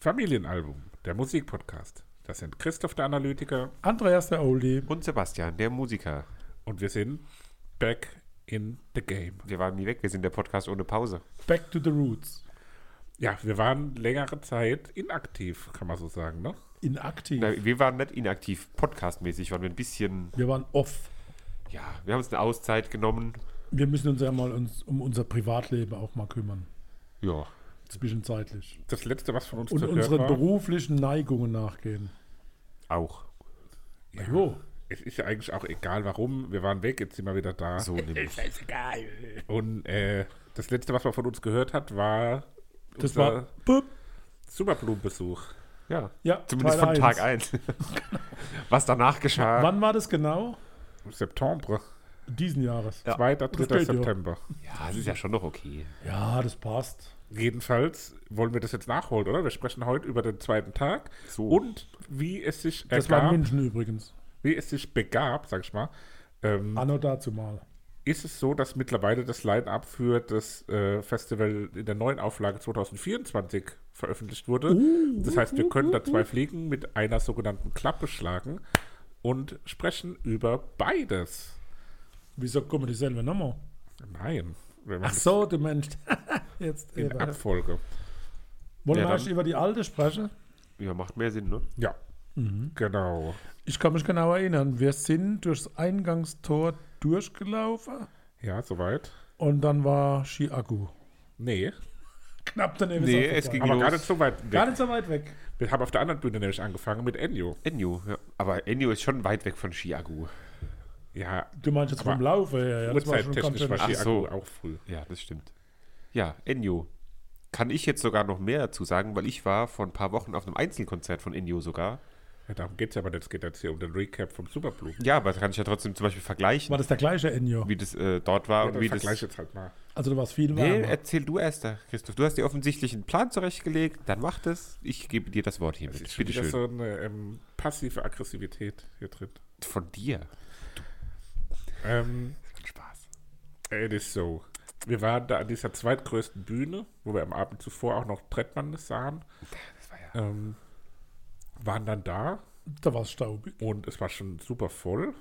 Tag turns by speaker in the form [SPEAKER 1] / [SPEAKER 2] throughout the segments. [SPEAKER 1] Familienalbum, der Musikpodcast. Das sind Christoph der Analytiker
[SPEAKER 2] Andreas der Oldie.
[SPEAKER 3] Und Sebastian, der Musiker.
[SPEAKER 1] und wir sind back in the game.
[SPEAKER 3] Wir waren nie weg, wir sind der Podcast ohne Pause.
[SPEAKER 2] Back to the Roots.
[SPEAKER 1] Ja, wir waren längere Zeit inaktiv, kann man so sagen, ne?
[SPEAKER 2] Inaktiv.
[SPEAKER 3] Na, wir waren nicht inaktiv, podcastmäßig waren wir ein bisschen,
[SPEAKER 2] Wir waren off.
[SPEAKER 3] ja, wir haben uns eine Auszeit genommen.
[SPEAKER 2] Wir müssen uns ja mal uns, um unser Privatleben auch mal kümmern.
[SPEAKER 3] Ja.
[SPEAKER 2] Zwischenzeitlich.
[SPEAKER 1] Das letzte, was von uns
[SPEAKER 2] Und
[SPEAKER 1] zu
[SPEAKER 2] unseren
[SPEAKER 1] hören war,
[SPEAKER 2] beruflichen Neigungen nachgehen.
[SPEAKER 3] Auch.
[SPEAKER 1] ja,
[SPEAKER 2] Jo.
[SPEAKER 1] es ist ja eigentlich auch egal, warum. Wir waren weg, jetzt sind wir wieder da.
[SPEAKER 3] So nämlich.
[SPEAKER 2] Scheißegal.
[SPEAKER 1] Und äh, das letzte, was man von uns gehört hat, war
[SPEAKER 2] Das
[SPEAKER 1] unser
[SPEAKER 2] war. Bup.
[SPEAKER 1] Superblumenbesuch.
[SPEAKER 3] Ja.
[SPEAKER 2] Ja,
[SPEAKER 3] Zumindest
[SPEAKER 2] Teil
[SPEAKER 3] von Tag 1. Was danach geschah.
[SPEAKER 2] Wann war das genau?
[SPEAKER 1] Im September,
[SPEAKER 2] Diesen Jahres.
[SPEAKER 3] Ja.
[SPEAKER 1] 2.
[SPEAKER 2] Das
[SPEAKER 1] 3.
[SPEAKER 2] geht ja.
[SPEAKER 1] September.
[SPEAKER 3] Ja, das ist ja schon noch okay.
[SPEAKER 2] Ja, das passt.
[SPEAKER 1] Jedenfalls wollen wir das jetzt nachholen, oder? Wir sprechen heute über den zweiten Tag
[SPEAKER 3] So.
[SPEAKER 1] und wie es sich
[SPEAKER 2] Das war in
[SPEAKER 1] ergab,
[SPEAKER 2] München übrigens.
[SPEAKER 1] wie es sich begab, sag ich mal.
[SPEAKER 3] Hm.
[SPEAKER 1] Ähm,
[SPEAKER 2] Anno dazu mal.
[SPEAKER 1] ist es so, dass mittlerweile das Line-Up für das äh, Festival in der neuen Auflage 2024 veröffentlicht wurde.
[SPEAKER 2] Uh,
[SPEAKER 1] das heißt, wir können da zwei Fliegen mit einer sogenannten Klappe schlagen und sprechen über beides.
[SPEAKER 2] Wieso kommen dieselbe Nummer?
[SPEAKER 1] Nein, wir
[SPEAKER 2] Ach
[SPEAKER 1] machen
[SPEAKER 2] so, du Mensch. Jetzt.
[SPEAKER 1] das in
[SPEAKER 2] Eva.
[SPEAKER 1] Abfolge.
[SPEAKER 2] Wollen
[SPEAKER 3] Genau. Ja,
[SPEAKER 2] wir
[SPEAKER 3] dann-
[SPEAKER 2] erst über die alte sprechen?
[SPEAKER 3] Ja, macht mehr Sinn, ne?
[SPEAKER 1] Ja,
[SPEAKER 2] Mhm.
[SPEAKER 1] genau.
[SPEAKER 2] Ich kann mich genau erinnern. Wir sind durchs Eingangstor durchgelaufen
[SPEAKER 1] Ja, soweit.
[SPEAKER 2] und dann war Ski-Akku.
[SPEAKER 1] Nee,
[SPEAKER 2] Knapp daneben.
[SPEAKER 3] Nee,
[SPEAKER 2] ist auch
[SPEAKER 3] es
[SPEAKER 2] vorbei.
[SPEAKER 3] ging-
[SPEAKER 1] aber
[SPEAKER 3] Los.
[SPEAKER 1] gar nicht so weit weg.
[SPEAKER 2] Gar nicht so weit weg.
[SPEAKER 1] Wir haben auf der anderen Bühne nämlich angefangen mit Enyo.
[SPEAKER 3] Enyo, ja. Aber Enyo ist schon weit weg von Chiagu.
[SPEAKER 1] Ja,
[SPEAKER 2] Du meinst jetzt
[SPEAKER 1] Aber
[SPEAKER 2] vom Laufe her. Ja, das war schon ganz
[SPEAKER 1] Uhrzeittechnisch
[SPEAKER 2] schön
[SPEAKER 1] war die
[SPEAKER 3] Ach so.
[SPEAKER 1] Akku auch früh.
[SPEAKER 3] Ja, das stimmt. Ja, Enyo. Kann ich jetzt sogar noch mehr dazu sagen, weil ich war vor ein paar Wochen auf einem Einzelkonzert von Enyo sogar.
[SPEAKER 1] Ja, darum geht es ja, aber jetzt geht jetzt hier um den Recap vom Superblumen.
[SPEAKER 3] Ja, aber das kann ich ja trotzdem zum Beispiel vergleichen,
[SPEAKER 2] Ah, War das der gleiche Ennio?
[SPEAKER 3] wie das äh, dort war
[SPEAKER 1] Ja,
[SPEAKER 3] und
[SPEAKER 1] dann
[SPEAKER 3] wie das.
[SPEAKER 1] vergleich jetzt halt mal.
[SPEAKER 2] Also du warst viel
[SPEAKER 3] Nee, äh,
[SPEAKER 2] wärmer.
[SPEAKER 3] erzähl du erst, da, Christoph. Du hast dir offensichtlich einen Plan zurechtgelegt, dann mach das. Ich gebe dir das Wort hier.
[SPEAKER 1] Das
[SPEAKER 3] mit.
[SPEAKER 1] ist schon
[SPEAKER 3] Bitte
[SPEAKER 1] wieder
[SPEAKER 3] schön.
[SPEAKER 1] so eine ähm, passive Aggressivität hier drin.
[SPEAKER 3] Von dir.
[SPEAKER 1] Ähm,
[SPEAKER 3] Spaß.
[SPEAKER 1] it is so. Wir waren da an dieser zweitgrößten Bühne, wo wir am Abend zuvor auch noch Trettmann sahen,
[SPEAKER 3] Das war ja.
[SPEAKER 1] ähm, waren dann da
[SPEAKER 2] da war es staubig.
[SPEAKER 1] und es war schon super voll.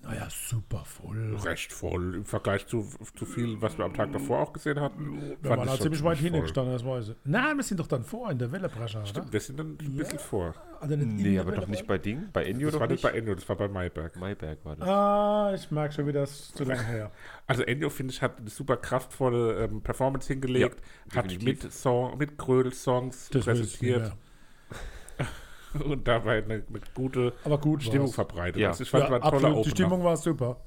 [SPEAKER 2] Naja, super voll.
[SPEAKER 1] Recht voll im Vergleich zu, zu viel, was wir am Tag davor auch gesehen hatten.
[SPEAKER 2] Wir
[SPEAKER 1] Fand
[SPEAKER 2] waren
[SPEAKER 1] ich
[SPEAKER 2] da
[SPEAKER 1] schon
[SPEAKER 2] ziemlich weit
[SPEAKER 1] voll.
[SPEAKER 2] hingestanden, das weiß ich. Nein, wir sind doch dann vor in der Wellebrescher, oder?
[SPEAKER 1] Stimmt, wir sind dann ein bisschen vor.
[SPEAKER 2] Also nicht in
[SPEAKER 3] Nee,
[SPEAKER 2] der
[SPEAKER 3] aber doch
[SPEAKER 2] Welle-
[SPEAKER 3] nicht bei Ding. Bei Enyo
[SPEAKER 1] Das
[SPEAKER 3] doch
[SPEAKER 1] war
[SPEAKER 3] nicht.
[SPEAKER 1] nicht bei Endo, das war bei Mayberg.
[SPEAKER 3] Maiberg war das.
[SPEAKER 2] Ah, ich merke schon wieder, es ist zu lange her.
[SPEAKER 1] Also Endo, finde ich, hat eine super kraftvolle ähm, Performance hingelegt,
[SPEAKER 3] Ja,
[SPEAKER 1] hat
[SPEAKER 3] definitiv.
[SPEAKER 1] mit, Song, mit Krödel-Songs
[SPEAKER 2] Das weiß ich nicht
[SPEAKER 1] präsentiert
[SPEAKER 2] mehr.
[SPEAKER 1] und dabei eine, eine gute
[SPEAKER 2] Aber gut
[SPEAKER 1] Stimmung
[SPEAKER 2] war's.
[SPEAKER 1] verbreitet.
[SPEAKER 3] Ja.
[SPEAKER 1] Also ich fand,
[SPEAKER 2] Ja,
[SPEAKER 1] war ein toller
[SPEAKER 2] absolut, die
[SPEAKER 1] Opener.
[SPEAKER 2] Stimmung war super.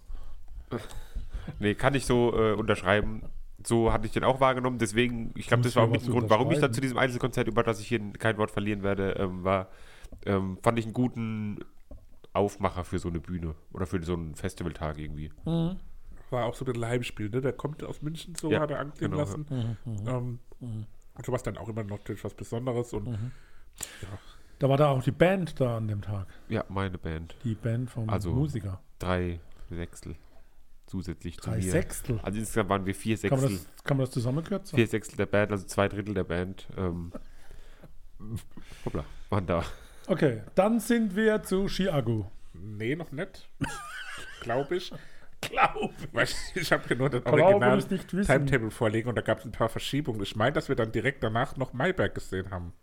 [SPEAKER 3] Nee, kann ich so äh, unterschreiben. So hatte ich den auch wahrgenommen. Deswegen, ich glaube, das war auch mit
[SPEAKER 2] Musst du
[SPEAKER 3] ein
[SPEAKER 2] was
[SPEAKER 3] Grund, warum ich dann
[SPEAKER 2] unterschreiben?
[SPEAKER 3] zu diesem Einzelkonzert, über das ich hier kein Wort verlieren werde, ähm, war, ähm, fand ich einen guten Aufmacher für so eine Bühne oder für so einen Festivaltag irgendwie.
[SPEAKER 1] War auch so ein Leimspiel, ne? Der kommt aus München, so
[SPEAKER 3] Ja,
[SPEAKER 1] hat er anklingen
[SPEAKER 3] genau, ja.
[SPEAKER 1] lassen.
[SPEAKER 2] Mhm,
[SPEAKER 1] Ähm, und sowas dann auch immer natürlich was Besonderes.
[SPEAKER 2] Mhm.
[SPEAKER 1] Und
[SPEAKER 2] Da war da auch die Band da an dem Tag.
[SPEAKER 3] Ja, meine Band.
[SPEAKER 2] Die Band vom
[SPEAKER 3] Also,
[SPEAKER 2] Musiker.
[SPEAKER 3] Drei Sechstel zusätzlich zu
[SPEAKER 2] Drei
[SPEAKER 3] mir.
[SPEAKER 2] Sechstel.
[SPEAKER 3] Also insgesamt waren wir vier
[SPEAKER 2] Kann man,
[SPEAKER 3] Sechstel.
[SPEAKER 2] das, kann man das zusammenkürzen?
[SPEAKER 3] Vier Sechstel der Band, also zwei Drittel der Band. Ähm, hoppla, waren da.
[SPEAKER 2] Okay, dann sind wir zu Chiago.
[SPEAKER 1] nee, noch nicht. Glaube ich.
[SPEAKER 2] Glaub.
[SPEAKER 1] Weil ich- ich habe hier nur den
[SPEAKER 2] Glaube
[SPEAKER 1] originalen
[SPEAKER 2] es nicht wissen.
[SPEAKER 1] Timetable vorlegen und da gab es ein paar Verschiebungen. Ich meine, dass wir dann direkt danach noch Mayberg gesehen haben.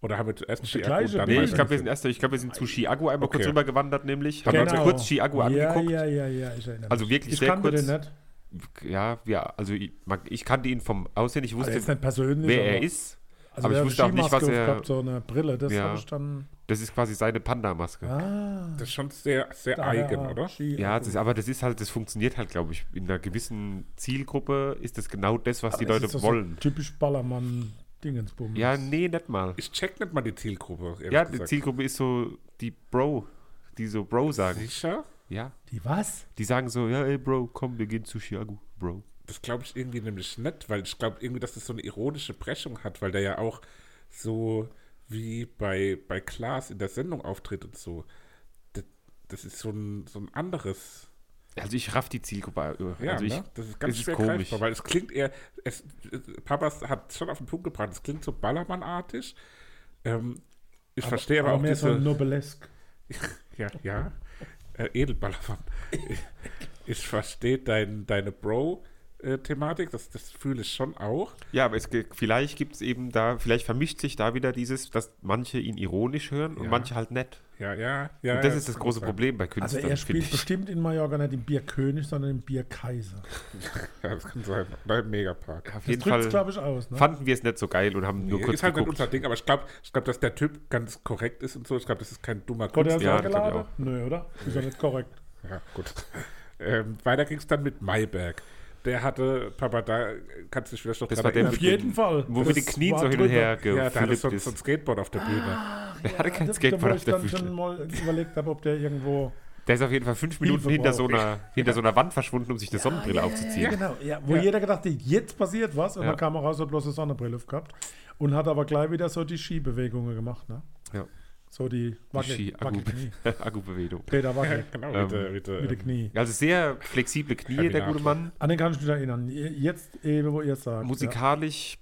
[SPEAKER 1] Oder haben wir zuerst
[SPEAKER 2] der
[SPEAKER 1] Chiago und
[SPEAKER 2] gleiche
[SPEAKER 1] dann
[SPEAKER 2] Weg.
[SPEAKER 3] Nee,
[SPEAKER 1] Mayberg
[SPEAKER 3] ich glaube, wir
[SPEAKER 1] gesehen?
[SPEAKER 3] sind erst, ich glaube, wir sind zu Chiago einmal
[SPEAKER 1] Okay.
[SPEAKER 3] kurz rübergewandert, nämlich. Haben wir uns kurz Chiago angeguckt.
[SPEAKER 2] Genau. Ja, ja, ja, ja, ich erinnere mich.
[SPEAKER 3] Also wirklich
[SPEAKER 2] ich
[SPEAKER 3] sehr
[SPEAKER 2] kannte
[SPEAKER 3] kurz.
[SPEAKER 2] den nicht.
[SPEAKER 3] Ja, ja, also ich, man, ich kannte ihn vom Aussehen, ich
[SPEAKER 2] Also
[SPEAKER 3] wusste,
[SPEAKER 2] jetzt nicht persönlich.
[SPEAKER 3] wer
[SPEAKER 2] aber-
[SPEAKER 3] er ist.
[SPEAKER 2] also
[SPEAKER 3] aber
[SPEAKER 2] der
[SPEAKER 3] ich wusste auch nicht, was
[SPEAKER 2] Skimaske
[SPEAKER 3] er-
[SPEAKER 2] aufgehabt, so eine Brille, das
[SPEAKER 3] Ja.
[SPEAKER 2] habe ich dann.
[SPEAKER 3] Das ist quasi seine Panda-Maske. Ja,
[SPEAKER 2] Ah,
[SPEAKER 1] Das ist schon sehr, sehr
[SPEAKER 2] daher
[SPEAKER 1] eigen, oder?
[SPEAKER 2] Ski-
[SPEAKER 3] das ist, aber das ist halt, das funktioniert halt, glaube ich. In einer gewissen Zielgruppe ist das genau das, was die
[SPEAKER 2] Das
[SPEAKER 3] Leute
[SPEAKER 2] ist doch so
[SPEAKER 3] wollen.
[SPEAKER 2] typisch Ballermann-Dingensbumm.
[SPEAKER 3] Ja, nee, nicht mal.
[SPEAKER 1] Ich check nicht mal die Zielgruppe. ehrlich
[SPEAKER 3] Ja, die
[SPEAKER 1] gesagt.
[SPEAKER 3] Zielgruppe ist so die Bro, die so Bro sagen.
[SPEAKER 1] Sicher?
[SPEAKER 3] Ja,
[SPEAKER 2] Die was?
[SPEAKER 3] die sagen so, ja, ey, Bro, komm, wir gehen zu Chiago, Bro.
[SPEAKER 1] Das glaube ich irgendwie nämlich nicht, weil ich glaube irgendwie, dass das so eine ironische Brechung hat, weil der ja auch so wie bei, bei Klaas in der Sendung auftritt und so. Das, das ist so ein, so ein anderes.
[SPEAKER 3] Also ich raff die Zielgruppe.
[SPEAKER 1] Ja,
[SPEAKER 3] also ich,
[SPEAKER 1] ne? das ist ganz
[SPEAKER 3] es ist
[SPEAKER 1] schwer
[SPEAKER 3] komisch.
[SPEAKER 1] greifbar, weil es klingt eher, es, Papas hat schon auf den Punkt gebracht, es klingt so Ballermann-artig, Ähm, ich verstehe aber, auch
[SPEAKER 2] mehr so
[SPEAKER 1] diese.
[SPEAKER 2] Nobelesque.
[SPEAKER 1] ja, ja. Äh, Edelballermann. Ich, ich verstehe dein, deine Bro-Thematik, das, das fühle ich schon auch.
[SPEAKER 3] Ja, aber es, ge- vielleicht gibt es eben da, vielleicht vermischt sich da wieder dieses, dass manche ihn ironisch hören und
[SPEAKER 1] Ja.
[SPEAKER 3] manche halt nicht.
[SPEAKER 1] Ja, ja, ja.
[SPEAKER 3] und das
[SPEAKER 1] ja,
[SPEAKER 3] ist das
[SPEAKER 1] kann
[SPEAKER 3] große
[SPEAKER 1] sein.
[SPEAKER 3] Problem bei
[SPEAKER 2] Also er
[SPEAKER 3] Künstlern, finde
[SPEAKER 2] spielt
[SPEAKER 3] ich.
[SPEAKER 2] bestimmt in Mallorca nicht den Bierkönig, sondern den Bierkaiser.
[SPEAKER 1] Ja, das kann sein. Oder im Megapark.
[SPEAKER 3] Auf
[SPEAKER 2] Das
[SPEAKER 3] jeden
[SPEAKER 2] drückt
[SPEAKER 3] Fall
[SPEAKER 2] es, glaube ich, aus. Ne?
[SPEAKER 3] fanden wir es nicht so geil und haben nur
[SPEAKER 1] Nee,
[SPEAKER 3] kurz
[SPEAKER 1] ist halt nicht
[SPEAKER 3] geguckt.
[SPEAKER 1] unser Ding, aber ich glaube, ich glaub, dass der Typ ganz korrekt ist und so. Ich glaube, das ist kein dummer
[SPEAKER 2] Wurde
[SPEAKER 1] Künstler.
[SPEAKER 2] er so
[SPEAKER 3] Ja, das glaub ich
[SPEAKER 2] geladen? Nö, oder? Ist ja nicht korrekt.
[SPEAKER 1] Ja, gut. Ähm, weiter ging es dann mit Mayberg. Der hatte, Papa, da kannst du dich vielleicht noch
[SPEAKER 3] Das
[SPEAKER 1] dran
[SPEAKER 3] war der
[SPEAKER 1] erinnern.
[SPEAKER 2] Auf jeden Fall.
[SPEAKER 3] Wo wir die
[SPEAKER 2] Das
[SPEAKER 3] Knien
[SPEAKER 2] war
[SPEAKER 3] so hin und
[SPEAKER 2] drüber.
[SPEAKER 3] her
[SPEAKER 1] Ja, der hatte
[SPEAKER 3] geflippt
[SPEAKER 1] so, so ein
[SPEAKER 3] ist.
[SPEAKER 1] Skateboard auf der Bühne.
[SPEAKER 3] Der hatte kein
[SPEAKER 2] Das-
[SPEAKER 3] Skateboard
[SPEAKER 2] da, wo
[SPEAKER 3] auf
[SPEAKER 2] ich
[SPEAKER 3] der
[SPEAKER 2] dann schon
[SPEAKER 3] Bühne.
[SPEAKER 2] mal überlegt habe, ob der irgendwo.
[SPEAKER 3] Der ist auf jeden Fall fünf Minuten
[SPEAKER 2] Hilfe
[SPEAKER 3] hinter so,
[SPEAKER 2] braucht.
[SPEAKER 3] einer, hinter so einer Wand verschwunden, um sich eine Sonnenbrille
[SPEAKER 2] Ja,
[SPEAKER 3] aufzuziehen.
[SPEAKER 2] genau. Ja, wo jeder gedacht hat, jetzt passiert was. Und
[SPEAKER 3] Ja.
[SPEAKER 2] dann kam er raus, hat bloß eine Sonnenbrille aufgehabt. Und hat aber gleich wieder so die Skibewegungen gemacht. Ne?
[SPEAKER 3] Ja.
[SPEAKER 2] So die Wackel,
[SPEAKER 3] Ski,
[SPEAKER 2] Wackel Knie.
[SPEAKER 3] Akkubewegung.
[SPEAKER 2] Peter Wackel
[SPEAKER 1] Genau,
[SPEAKER 3] Ähm,
[SPEAKER 1] mit, der- mit, der-
[SPEAKER 2] mit den Knie.
[SPEAKER 3] Also sehr flexible Knie, der
[SPEAKER 1] Terminator.
[SPEAKER 3] gute Mann.
[SPEAKER 2] An den kann ich mich nicht erinnern. Jetzt eben, wo ihr es sagt.
[SPEAKER 3] Musikalisch